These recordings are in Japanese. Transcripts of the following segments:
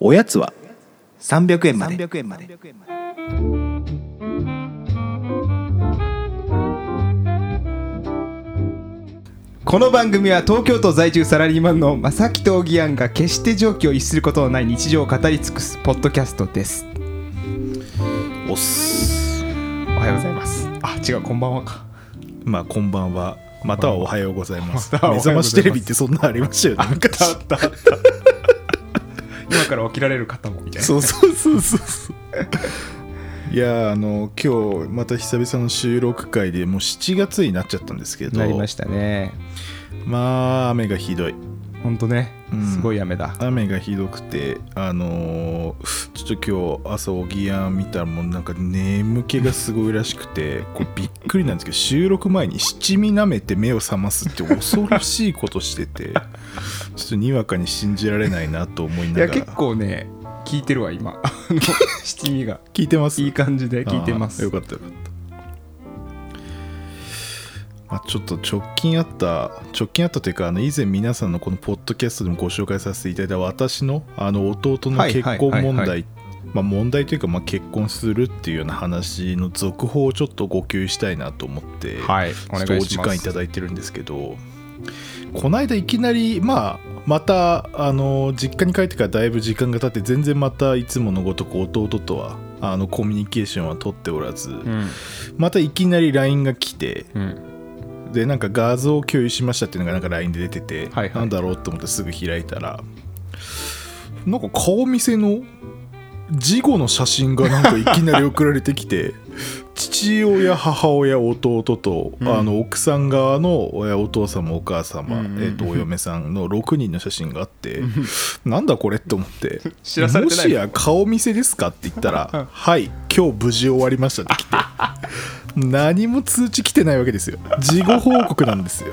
おやつは300円まで300円までこの番組は東京都在住サラリーマンの正木とおぎやんが決して常軌を逸することのない日常を語り尽くすポッドキャストですおっすおはようございますあ違うこんばんはかまあこんばんはまたはおはようございますまたはお目はようご覚まざいましすテレビってそんなありましたよね昔た今から起きられる方もみたいなそうそうそうそうそういやーあの今日また久々の収録会でもう7月になっちゃったんですけどなりましたねまあ雨がひどいほんとねうんすごい雨だ、雨がひどくてあのーちょっと今日朝おぎやん見たらもうなんか眠気がすごいらしくてこうびっくりなんですけど収録前に七味舐めて目を覚ますって恐ろしいことしててちょっとにわかに信じられないなと思いいなやが結ら構ね聞いてるわ今あ の七味が聞いてますいい感じで聞いてまあすーよかったよかった、まあ、ちょっと直近あった直近あったというかあの以前皆さんのこのポッドキャストでもご紹介させていただいた私のあの弟のはい結婚はい問はいは題まあ問題というかまあ結婚するっていうような話の続報をちょっとご共有したいなと思って、はいおちょ願いしますっとお時間いただいてるんですけどこの間いきなり、まあ、またあの実家に帰ってからだいぶ時間が経って全然またいつものごとく弟とはあのコミュニケーションは取っておらず、うんまたいきなり LINE が来てうんでなんか画像を共有しましたっていうのがなんか LINE で出てて、はいはいなんだろうと思ってすぐ開いたらなんか顔見せの事後の写真がなんかいきなり送られてきて 父親母親弟と、うんあの奥さん側の親お父様お母様、うんうんえー、とお嫁さんの6人の写真があってなんだこれって思って知らされてないもしや顔見せですかって言った らはい今日無事終わりましたって来て何も通知来てないわけですよ事後報告なんですよ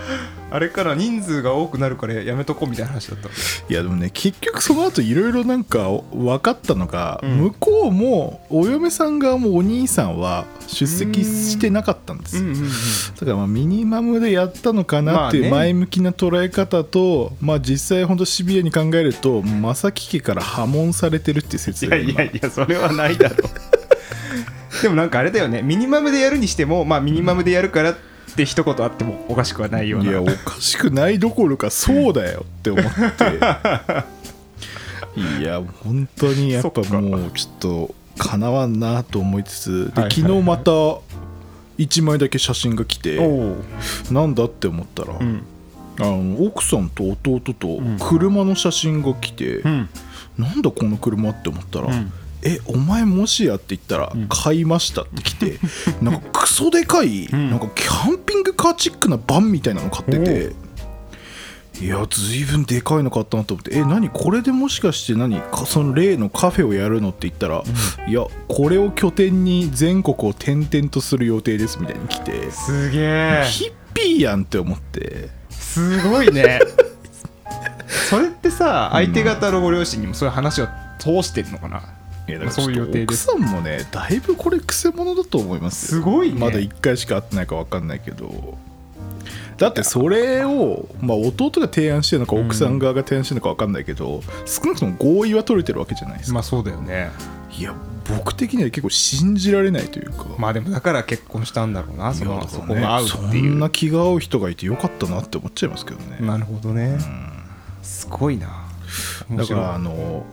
あれから人数が多くなるからやめとこうみたいな話だったのいやでもね結局その後いろいろなんか分かったのが、うん向こうもお嫁さん側もお兄さんは出席してなかったんですよ、うんうんだからまあミニマムでやったのかなっていまうあね前向きな捉え方と、まあ実際ほんとシビアに考えると正木家から破門されてるっていう説いやがい今やいやそれはないだろうでもなんかあれだよねミニマムでやるにしてもまあミニマムでやるからって一言あってもおかしくはないよういなやおかしくないどころかそうだよって思って いや本当にやっぱそっかもうちょっとかなわんなと思いつつではいはいはい昨日また1枚だけ写真が来て、おおなんだって思ったら、うんあの奥さんと弟とん車の写真が来て、うんなんだこの車って思ったら、うんえお前もしやって言ったら、買いましたって来て なんかクソでかい、んなんかキャンピングカーチックなバンみたいなの買ってていや随分でかいの買ったなと思ってえ何これでもしかして何かその例のカフェをやるのって言ったら、いやこれを拠点に全国を転々とする予定ですみたいに来てすげえヒッピーやんって思ってすごいねそれってさ相手方のご両親にもそういう話を通してるのかないやだまあからそういうちょっと予定奥ですさんもねだいぶこれくせ者だと思いますよすごいね まだ1回しか会ってないか分かんないけどだってそれを、まあ、弟が提案してるのか奥さん側が提案してるのか分かんないけど、少なくとも合意は取れてるわけじゃないですか、まあそうだよねいや僕的には結構信じられないというか、まあでもだから結婚したんだろうないそやだのからねそこが合うってそいんうな気が合う人がいてよかったなって思っちゃいますけどね、なるほどねすごいな面だ白かいらあの、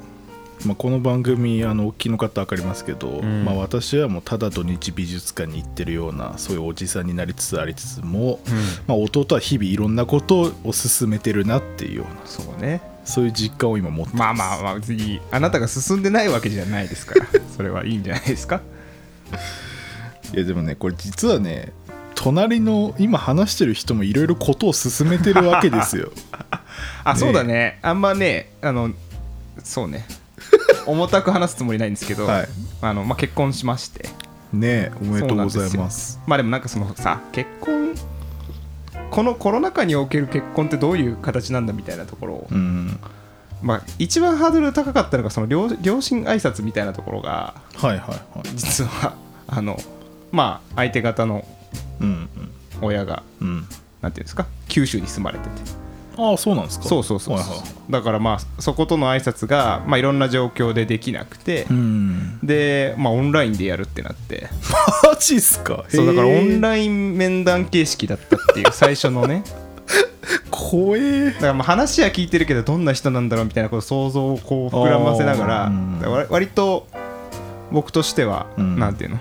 まあ、この番組あのお聞きの方分かりますけど、んまあ、私はもうただ土日美術館に行ってるようなそういうおじさんになりつつありつつも、まあ、弟は日々いろんなことを進めてるなっていうようなそうねそういう実感を今持ってまあますまあまあ別にあなたが進んでないわけじゃないですから それはいいんじゃないですかいやでもねこれ実はね隣の今話してる人もいろいろことを進めてるわけです よあ、ねえそうだねあんまねあのそうね重たく話すつもりないんですけど、はいあのまあ、結婚しましてねえおめでとうございそうなんまですよまあでもなんかそのさ結婚このコロナ禍における結婚ってどういう形なんだみたいなところを、うんまあ、一番ハードル高かったのがその両両親挨拶みたいなところがはいはいはい実はあのまあ相手方のうん親がうんうんなんていうんですか九州に住まれててああそうなんですかそうそうそうはそ、いうはいだからまあそことの挨拶がまあいろんな状況でできなくて、うんでまあオンラインでやるってなってマジっすかそうだからオンインライン面談形式だっ たっていう最初のね怖えだからまあ話は聞いてるけどどんな人なんだろうみたいなこう想像をこう膨らませながらあーうんだから割割と僕としては、うんなんていうの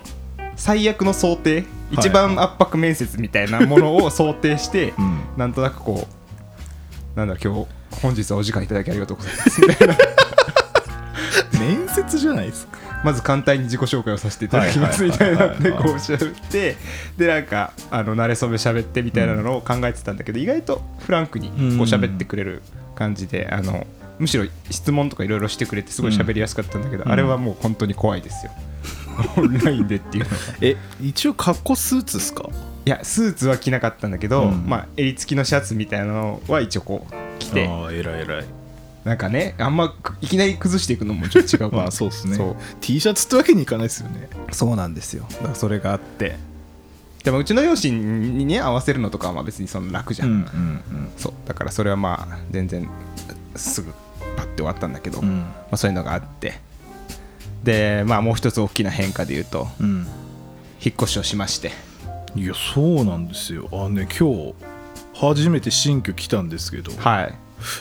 最悪の想定い一番圧迫面接みたいなものを想定して、うんなんとなくこうなんだ今日本日はお時間いただきありがとうございますみたいな面接じゃないですかまず簡単に自己紹介をさせていただきますみたいなんではいこはいはいはいはいうしゃべってでなんかあの慣れ初めしゃべってみたいなのを考えてたんだけど意外とフランクにうんこうしゃべってくれる感じであのむしろ質問とかいろいろしてくれてすごい喋りやすかったんだけど、うんあれはもう本当に怖い ですよオンラインでっていうのはえ一応格好スーツっすかいやスーツは着なかったんだけど、うんまあ襟付きのシャツみたいなのは一応こう着てああ偉い偉いなんかねあんまくいきなり崩していくのもちょっと違うか らまあそうっすねそう T シャツってわけにいかないっすよねそうなんですよだからそれがあってでもうちの両親にね合わせるのとかはまあ別にその楽じゃん、んそうだからそれはまあ全然すぐパッて終わったんだけど、うんまあ、そういうのがあってでまあもう一つ大きな変化で言うとうん引っ越しをしましていやそうなんですよあのね今日初めて新居来たんですけどは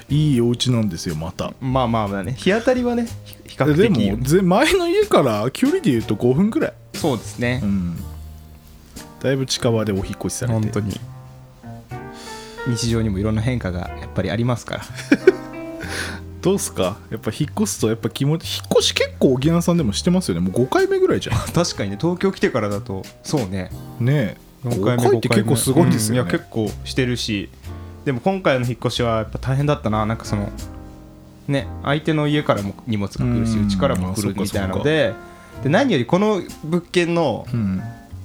いいいお家なんですよまたまあまあまあね日当たりはねひ比較で的いいよもぜ前の家から距離で言うと5分くらい、そうですねうん、だいぶ近場でお引っ越しされて本当に日常にもいろんな変化がやっぱりありますからどうっすかやっぱ引っ越すとやっぱ気持ち引っ越し結構沖縄さんでもしてますよねもう5回目ぐらいじゃ 確かにね東京来てからだとそうねんねえ5回って結構すごいですよね、うんいや結構してるしでも今回の引っ越しはやっぱ大変だったななんかそのね相手の家からも荷物が来るしうんうちからも来あそうるかみたいなのでで何よりこの物件のうん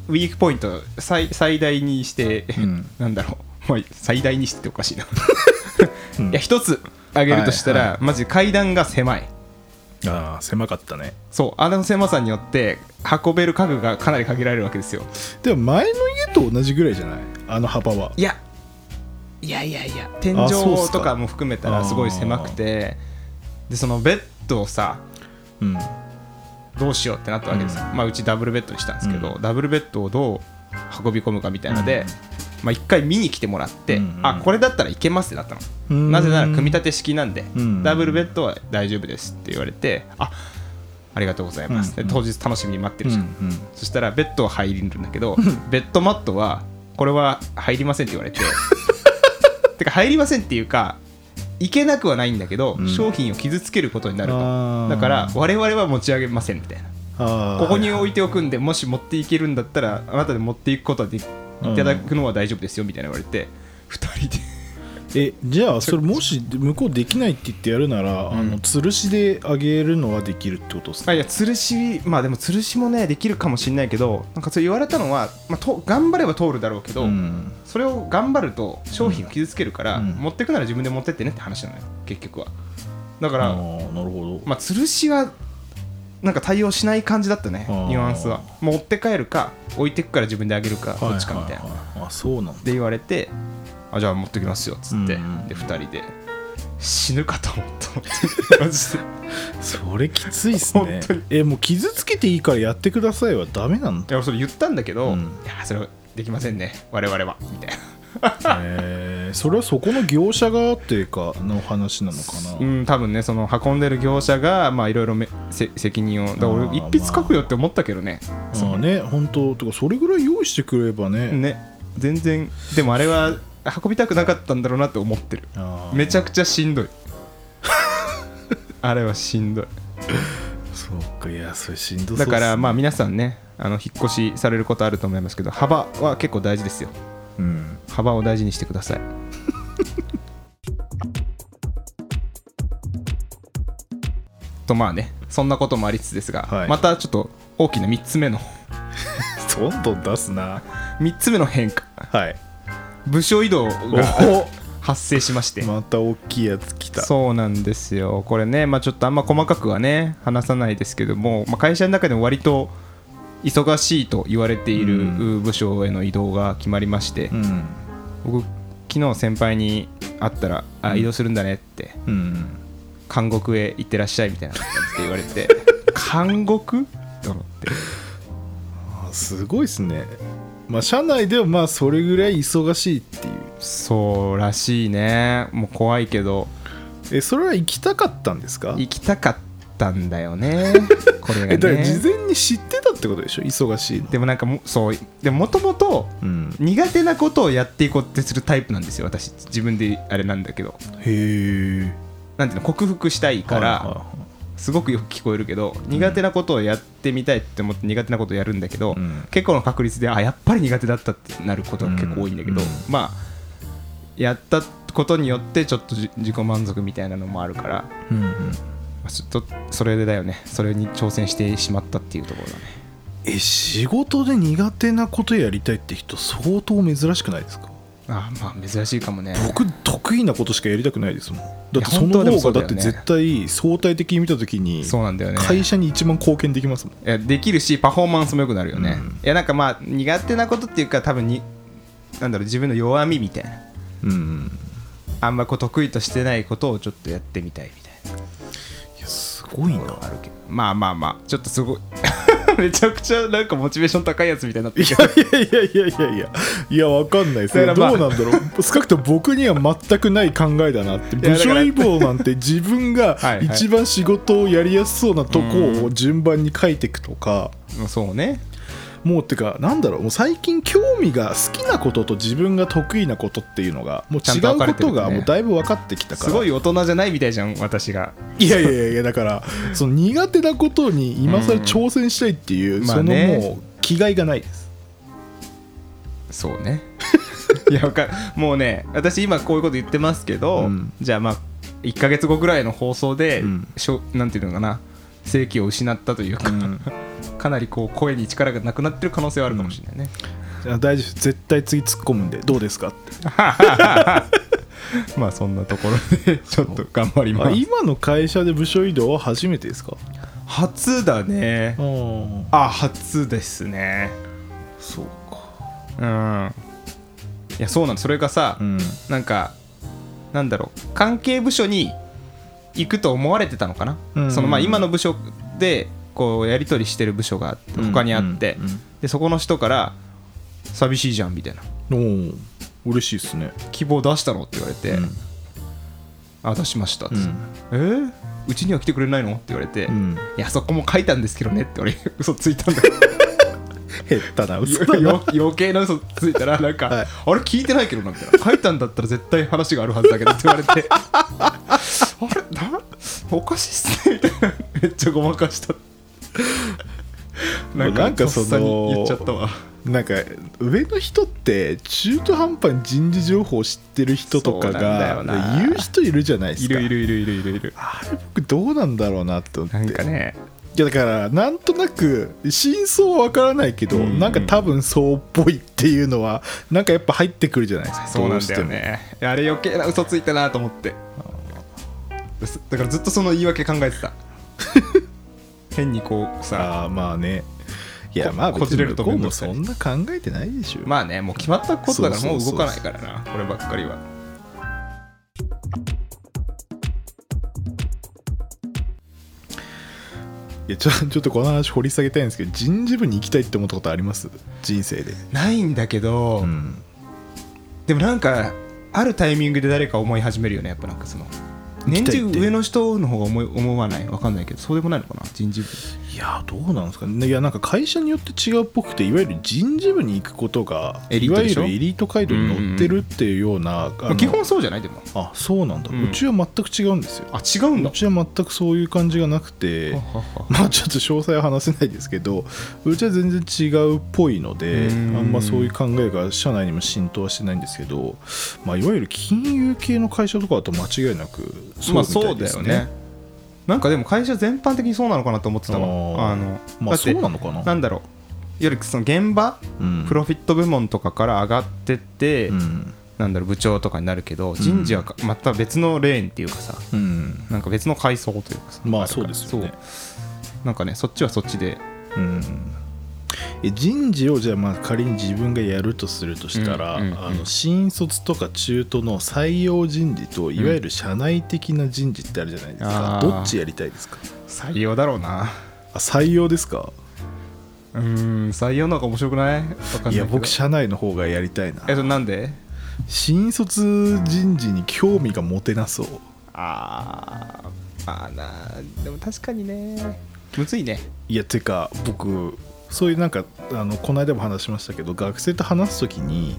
ウィークポイント最最大にして、うん なんだろう、まあ、最大にしてっておかしいなうんいや一つ挙げるとしたら、はいマジ階段が狭いああ狭かったねそうあの狭さによって運べる家具がかなり限られるわけですよでも前の家と同じぐらいじゃないあの幅はいやいやいやいや天あそうっ井すかとかも含めたらすごい狭くてでそのベッドをさうんどうしようってなったわけですよ、まあうちダブルベッドにしたんですけど、うダブルベッドをどう運び込むかみたいので、うんまあ一回見に来てもらって、うんうんあこれだったらいけますってなったの、うんなぜなら組み立て式なんで、うんダブルベッドは大丈夫ですって言われてあありがとうございます、うんうんで当日楽しみに待ってるじゃん、うんうんそしたらベッドは入るんだけ どベッドマットはこれは入りませんって言われ ててか入りませんっていうかいけなくはないんだけど、うん商品を傷つけることになるあとーだから我々は持ち上げませんみたいなああここに置いておくんでもし持っていけるんだったらあなたで持っていくことはでいただくのは大丈夫ですよみたいな言われて、二人でえじゃあそれもし向こうできないって言ってやるなら、あの吊るしであげるのはできるってことです あかいや吊るしまあでも吊るしもねできるかもしれないけどなんかそう言われたのは、まあ、と頑張れば通るだろうけど、うんそれを頑張ると商品を傷つけるから、うん持ってくなら自分で持ってってねって話なのよ結局はだかあら、ーなるほど、まあ吊るしはなんか対応しない感じだったねあーニュアンスは持って帰るか置いてくから自分であげるかどっちかみたいな、はははあそうなんだで言われてあじゃあ持ってきますよっつって、うんうんで2人で死ぬかと思ったマジでそれきついっすね本当にえもう傷つけていいからやってくださいはダメなんだいや俺それ言ったんだけど、うんいやそれはできませんね我々はみたいな えーそれはそこの業者がっていうかの話なのかな、うん、多分ねその運んでる業者がまあいろいろめせ責任をだからあ俺ー一筆書くよって思ったけどね,そまの、あね本当とかそれぐらい用意してくれればねね全然でもあれは運びたくなかったんだろうなって思ってるあーめちゃくちゃしんどいあれはしんどいそうかいやそれしんどそうっすだからまあ皆さんねあの引っ越しされることあると思いますけど幅は結構大事ですようん幅を大事にしてください とまあねそんなこともありつつですが、はいまたちょっと大きな3つ目の どんどん出すな3つ目の変化 はい部署移動が発生しまして、また大きいやつ来たそうなんですよこれねまあちょっとあんま細かくはね話さないですけども、まあ、会社の中でも割と忙しいと言われているう部署への移動が決まりまして、うん僕昨日先輩に会ったら「あ移動するんだね」ってうん「監獄へ行ってらっしゃい」みたいな感じで言われ て「監獄?」と思ってあすごいですねまあ社内ではまあそれぐらい忙しいっていうそうらしいねもう怖いけどえそれは行きたかったんですか行きたかったんだよねこれえだがから事ね前に知ってたってことでしょ忙しいのでもなんかもそうでもともとうん苦手なことをやっていこうってするタイプなんですよ私自分であれなんだけどへえなんていうの克服したいから、すごくよく聞こえるけど苦手なことをやってみたいって思って苦手なことをやるんだけど、うん結構の確率であやっぱり苦手だったってなることが結構多いんだけど、うんまあやったことによってちょっとじ自己満足みたいなのもあるから、まうんうんあちょっとそれだよねそれに挑戦してしまったっていうところだねえ仕事で苦手なことやりたいって人相当珍しくないですかあーまあ珍しいかもね僕得意なことしかやりたくないですもんだっていやそ本当のはでもそ方うだがだよねって絶対相対的に見た時にそうなんだよね会社に一番貢献できますもんいやできるしパフォーマンスも良くなるよね、うんいやなんかまあ苦手なことっていうか多分になんだろう自分の弱みみたいなうんあんまこう得意としてないことをちょっとやってみたいみたいないやすごいなあるけどまあまあまあちょっとすごい めちゃくちゃなんかモチベーション高いやつみたいになっているけどやいやいやいやいやいやいやわかんないですだからまあどうなんだろう少なくとも僕には全くない考えだなってい部やだから署異望なんて自分が はいはい一番仕事をやりやすそうなとこを順番に書いていくとかうんそうねもうてかなんだろうもう最近興味が好きなことと自分が得意なことっていうのがもうちゃ違んと分うかれこてるとねがもうだいぶ分かってきたからすごい大人じゃないみたいじゃん私がいやいやいやいやだからその苦手なことに今更挑戦したいっていう、うんそのまあねもう気概がないです、そうね いやわかるもうね私今こういうこと言ってますけうど、んじゃあまあ1か月後ぐらいの放送で、うんしょなんていうのかな正気を失ったというか、かなりこう声に力がなくなってる可能性はあるかもしれないね、あ大丈夫です絶対次突っ込むんでどうですかって まあそんなところでちょっと頑張りまあす今の会社で部署移動は初めてですか初だねああ初ですねそうかうんいやそうなんそれがさ、うんなんかなんだろう関係部署に行くと思われてたのかな、うんそのまあ今の部署でこうやり取りしてる部署が他にあって、うんうんでそこの人から「寂しいじゃん」みたいなおー嬉しいですね「希望出したの?」って言われて「あ出しました」って、うんえーうちには来てくれないの?」って言われて「うんいやそこも書いたんですけどね」って俺嘘ついたんだけど減ったな嘘だなよ 余計な嘘ついたらなんか、はいあれ聞いてないけどなみたいな書いたんだったら絶対話があるはずだけどって言われてあれなおかしいっすねみたいなめっちゃごまかしたなんかなんかとっさに言っちゃったわなんか上の人って中途半端に人事情報を知ってる人とかそうなんだがよな言う人いるじゃないでいすかるいるいるいるいるいるあれ僕どうなんだろうなって思ってなんかねいやだからなんとなく真相はわからないけど、うんうんなんか多分そうっぽいっていうのはなんかやっぱ入ってくるじゃないですかそうなどんだようしてもねいやあれ余計な嘘ついたなと思ってですだからずっとその言い訳考えて た変にこうさああまあねいやまあここじれると別に向面こ倒うもそんな考えてないでしょ、まあねもう決まったことだからそもううそうそう動かないからなこればっかりはいやちょちょっとこの話掘り下げたいんですけど人事部に行きたいって思ったことあります人生で、ないんだけど、ん、でもなんかあるタイミングで誰か思い始めるよねやっぱなんかそのき年たいって中上の人の方が思い思わないわかんないけどそうでもないのかな人事部いやどうなんですかねいやなんか会社によって違うっぽくていわゆる人事部に行くことがエリいートわでゆしょるエリート街道に乗ってるっていうような、あまあの基本そうじゃないでもあそうなんだ、ううんちは全く違うんですよあ違うんうだちは全くそういう感じがなくてはははまあちょっと詳細は話せないですけどうちは全然違うっぽいのであうんんまそういう考えが社内にも浸透はしてないんですけど、まあ、いわゆる金融系の会社とかだと間違いなくまあみたそいうだですよねなんかでも会社全般的にそうなのかなと思ってたあわーあのまあだってそうなのかななんだろういわゆるその現場、うんプロフィット部門とかから上がってって、うんなんだろう部長とかになるけど人事はかまた別のレーンっていうかさうんなんか別の階層というかさまあるそからうですよねそうなんかねそっちはそっちでうんえ人事をじゃあまあ仮に自分がやるとするとしたら、うんうんうんあの新卒とか中途の採用人事といわゆる社内的な人事ってあるじゃないですか、あーどっちやりたいですか採用だろうなあ採用ですかうーん採用の方が面白くないわかんないけどいや僕社内の方がやりたいなえそれなんで新卒人事に興味が持てなそうあーまあなでも確かにねむずいねいやてか僕そういうなんかあのこの間も話しましたけど学生と話す時に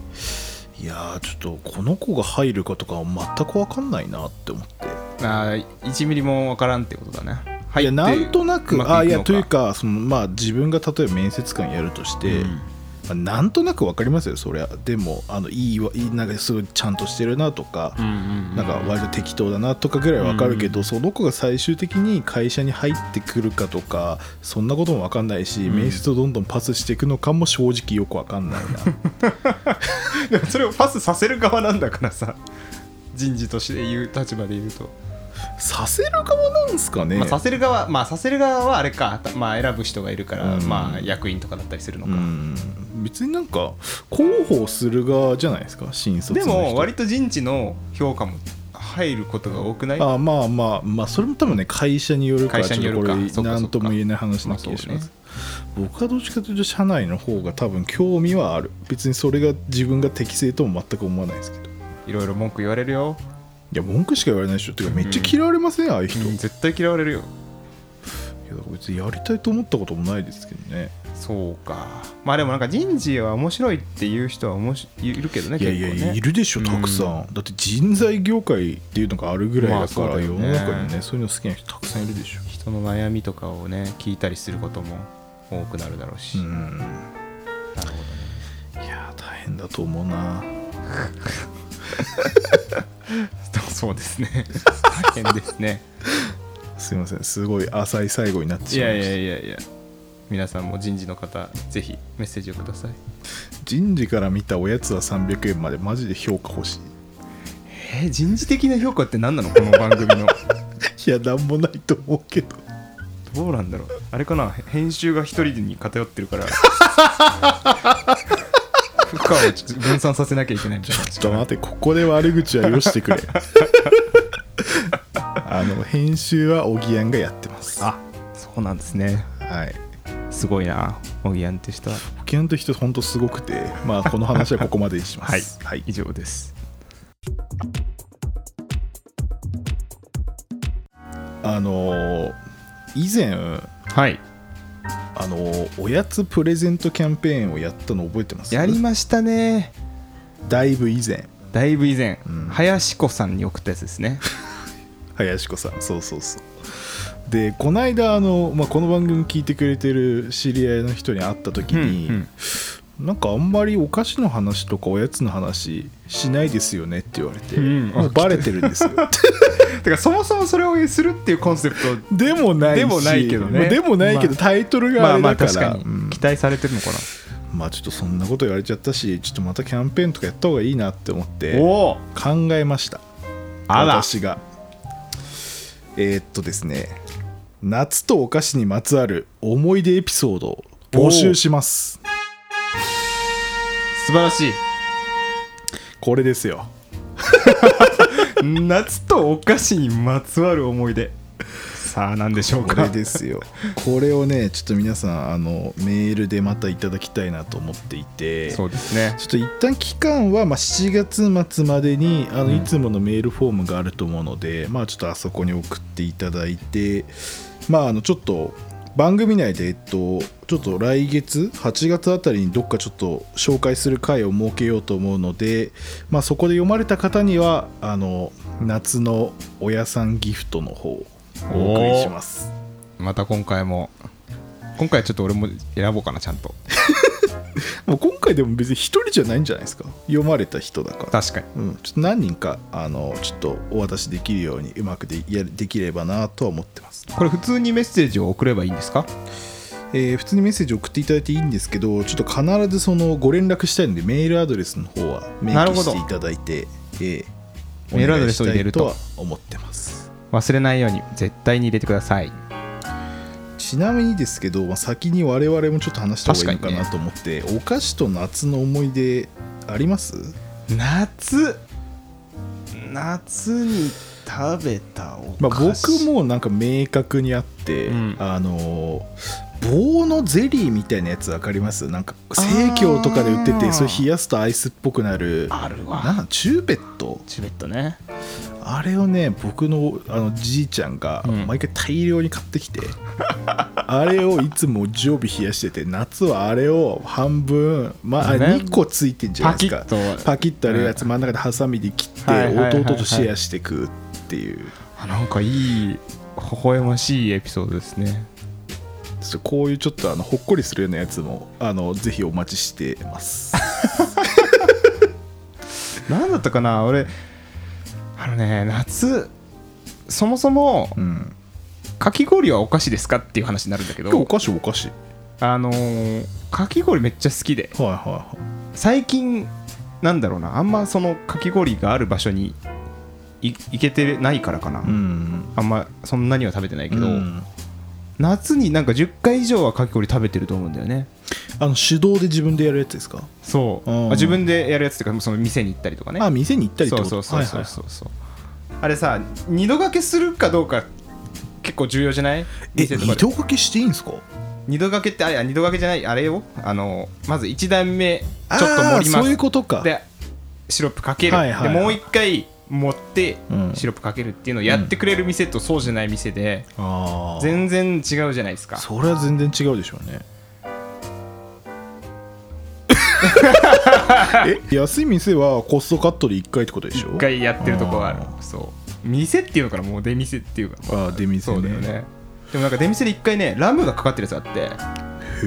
いやーちょっとこの子が入るかとか全く分かんないなって思って。あー1ミリもわからんってことだねはいやなんとなくあいやというかかその、まあ、自分が例えば面接官やるとして、うんまあなんとなく分かりますよそりゃでもあのいいわいいなんかすごいちゃんとしてるなとか、うんうんうんなんか割と適当だなとかぐらい分かるけど、その子が最終的に会社に入ってくるかとかそんなことも分かんないし、うん面接をどんどんパスしていくのかも正直よく分かんないな で もそれをパスさせる側なんだからさ人事として言う立場で言うと、させる側なんですかね、まあ、させる側まあさせる側はあれか、たまあ、選ぶ人がいるから、うんまあ役員とかだったりするのうか、ん別になんか広報する側じゃないですか新卒ので人も割と人事の評価も入ることが多くないあまあまあまあそれも多分ね会社によるから会社によるかちょっとそこっれか何ともそっか言えない話な気がします、僕はどっちかというと社内の方が多分興味はある別にそれが自分が適正とも全く思わないですけどいいろいろ文句言われるよや文句しか言われないでしょてかめっちゃ嫌われません、ああいう人、いや絶対嫌われるよだから別にやりたいと思ったこともないですけどねそうかまあでもなんか人事は面白いっていう人はおもしいるけどねいや結構いねやいるでしょたくさん、だって人材業界っていうのがあるぐらいだから、まあそうだ世よのね中にねそういうの好きな人たくさんいるでしょ人の悩みとかをね聞いたりすることも多くなるだろうし、うんなるほどねいや大変だと思うな そうですね大変で すねすいませんすごい浅い最後になっていしまいやましたいやいやいや皆さんも人事の方ぜひメッセージをください人事から見たおやつは300円までマジで評価欲しえー人事的な評価って何なのこの番組のいいや なんもないと思うけどどうなんだろうあれかなへ編集が一人に偏ってる から負荷をちょっと分散させなきゃいけないみたいなちょっと待ってここで悪口は許 してくれあの編集はおぎやんがやってますあそうなんですねはいすごいなおぎやんって人はおぎやんと人ほんとすごくてまあこの話はここまでにしま はいす、以上ですあのー以前はいあのーおやつプレゼントキャンペーンをやったの覚えてますやりましたねだいぶ以前だいぶ以前、うん林子さんに送ったやつですね林子さんそうそうそうでこの間あの、まあ、この番組聞いてくれてる知り合いの人に会った時に、うんなんかあんまりお菓子の話とかおやつの話しないですよねって言われて、うんもうバレてるんですよてかそもそもそれをするっていうコンセプトでもないし でもないけどねまあでもないけど、まあタイトルがまああれまあだか、確からにうん期待されてるのかな、まあちょっとそんなこと言われちゃったしちょっとまたキャンペーンとかやった方がいいなって思っておお考えましたあら私がえーっとですね夏とお菓子にまつわる思い出エピソードを募集します素晴らしいこれですよ夏とお菓子にまつわる思い出さあ何でしょうこかれですよ これをねちょっと皆さんあのメールでまたいただきたいなと思っていてそうですねちょっと一旦期間は、まあ、7月末までにあうのんいつものメールフォームがあると思うので、まあ、ちょっとあそこに送っていただいて、まあ、あのちょっと番組内で、えっと、ちょっと来月8月あたりにどっかちょっと紹介する回を設けようと思うので、まあ、そこで読まれた方にはあの夏の親さんギフトの方をお送りします。また今回も今回ちょっと俺も選ぼうかなちゃんともう今回でも別に一人じゃないんじゃないですか読まれた人だから。確かにうん、ちょっと何人かあのちょっとお渡しできるようにうまくでやできればなとは思ってます、これ普通にメッセージを送ればいいんですかえー普通にメッセージ送っていただいていいんですけどちょっと必ずそのご連絡したいのでメールアドレスの方は明なる記ほしどていただいて、えーメールアドレスを入れるとお願いしたいとは思ってます忘れないように絶対に入れてくださいちちなみにですけど、まあ、先に我々もちょっと話した方がいいのかな確と思って、お菓子と夏の思い出あります夏夏に食べたおまあ、菓子僕もなんか明確にあって、うんあの棒のゼリーみたいなやつ分かりますなんか生協とかで売ってあーてそれ冷やすとアイスっぽくなるあるなんわだチューペットチベットねあれをね僕のあのじいちゃんがうん毎回大量に買ってきて、 あれをいつも常備冷やしてて夏はあれを半分、まあ、ね2個ついてんじゃないですかパキッとパキッとあるやつ真ん中でハサミで切はいはいはいっはいて弟とシェアして食うっていう。あなんかいい微笑ましいエピソードですねちょっとこういうちょっとあのほっこりするようなやつもあのぜひお待ちして ます。何だったかな俺あのね夏そもそもうん、かき氷はお菓子ですかっていう話になるんだけ今日おど菓子お菓子。はいあのーかき氷めっちゃ好きではいはい。最近なんだろうなあんまそのかき氷がある場所にい行けてないからかな、うん。あんまそんなには食べてないけけど、ど、夏になんか10回以上はかき氷食べてると思うんだよねあの手動で自分でやるやつですか。そう、うんあ自分でやるやつっていうかその店に行ったりとかねあ店に行ったりってそこうそと。うそうはいうそはいそうそう、あれさ二度掛けするかどうか結構重要じゃないえ店とか二で度掛けしていいんですか。ちょ二度掛けってあいや二度掛けじゃないあれよあのまず一段目ちょっと盛りますそういうことか。でシロップかける、はいはいはいでもう一回持ってうんシロップかけるっていうのをやってくれる店とそうじゃない店でああ。全然違うじゃないですかそれは全然違うでしょう ね。え安い店はコストカットで1回ってことでしょ一回やってるとこはあるあそう店っていうのかなもう出店っていうかあー出店ねそうだよねでもなんか出店で一回ねラムがかかってるやつがあってへえ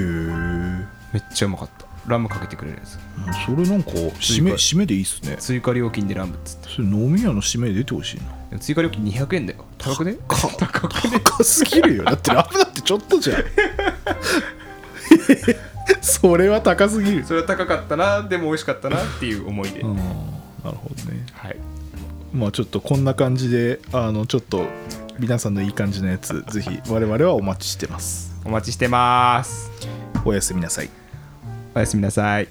めっちゃうまかったラムかけてくれるやつそれなんか締め締めでいいっすね追加料金でラムっつってそれ飲み屋の締め出てほしいなでも追加料金200円だよ高くね 高くね高すぎるよだってラブだってちょっとじゃん それは高すぎる それは高かったなでも美味しかったなっていう思いで、なるほどねはいまあちょっとこんな感じであのちょっと皆さんのいい感じのやつぜひ我々はお待ちしてますお待ちしてますおやすみなさいおやすみなさい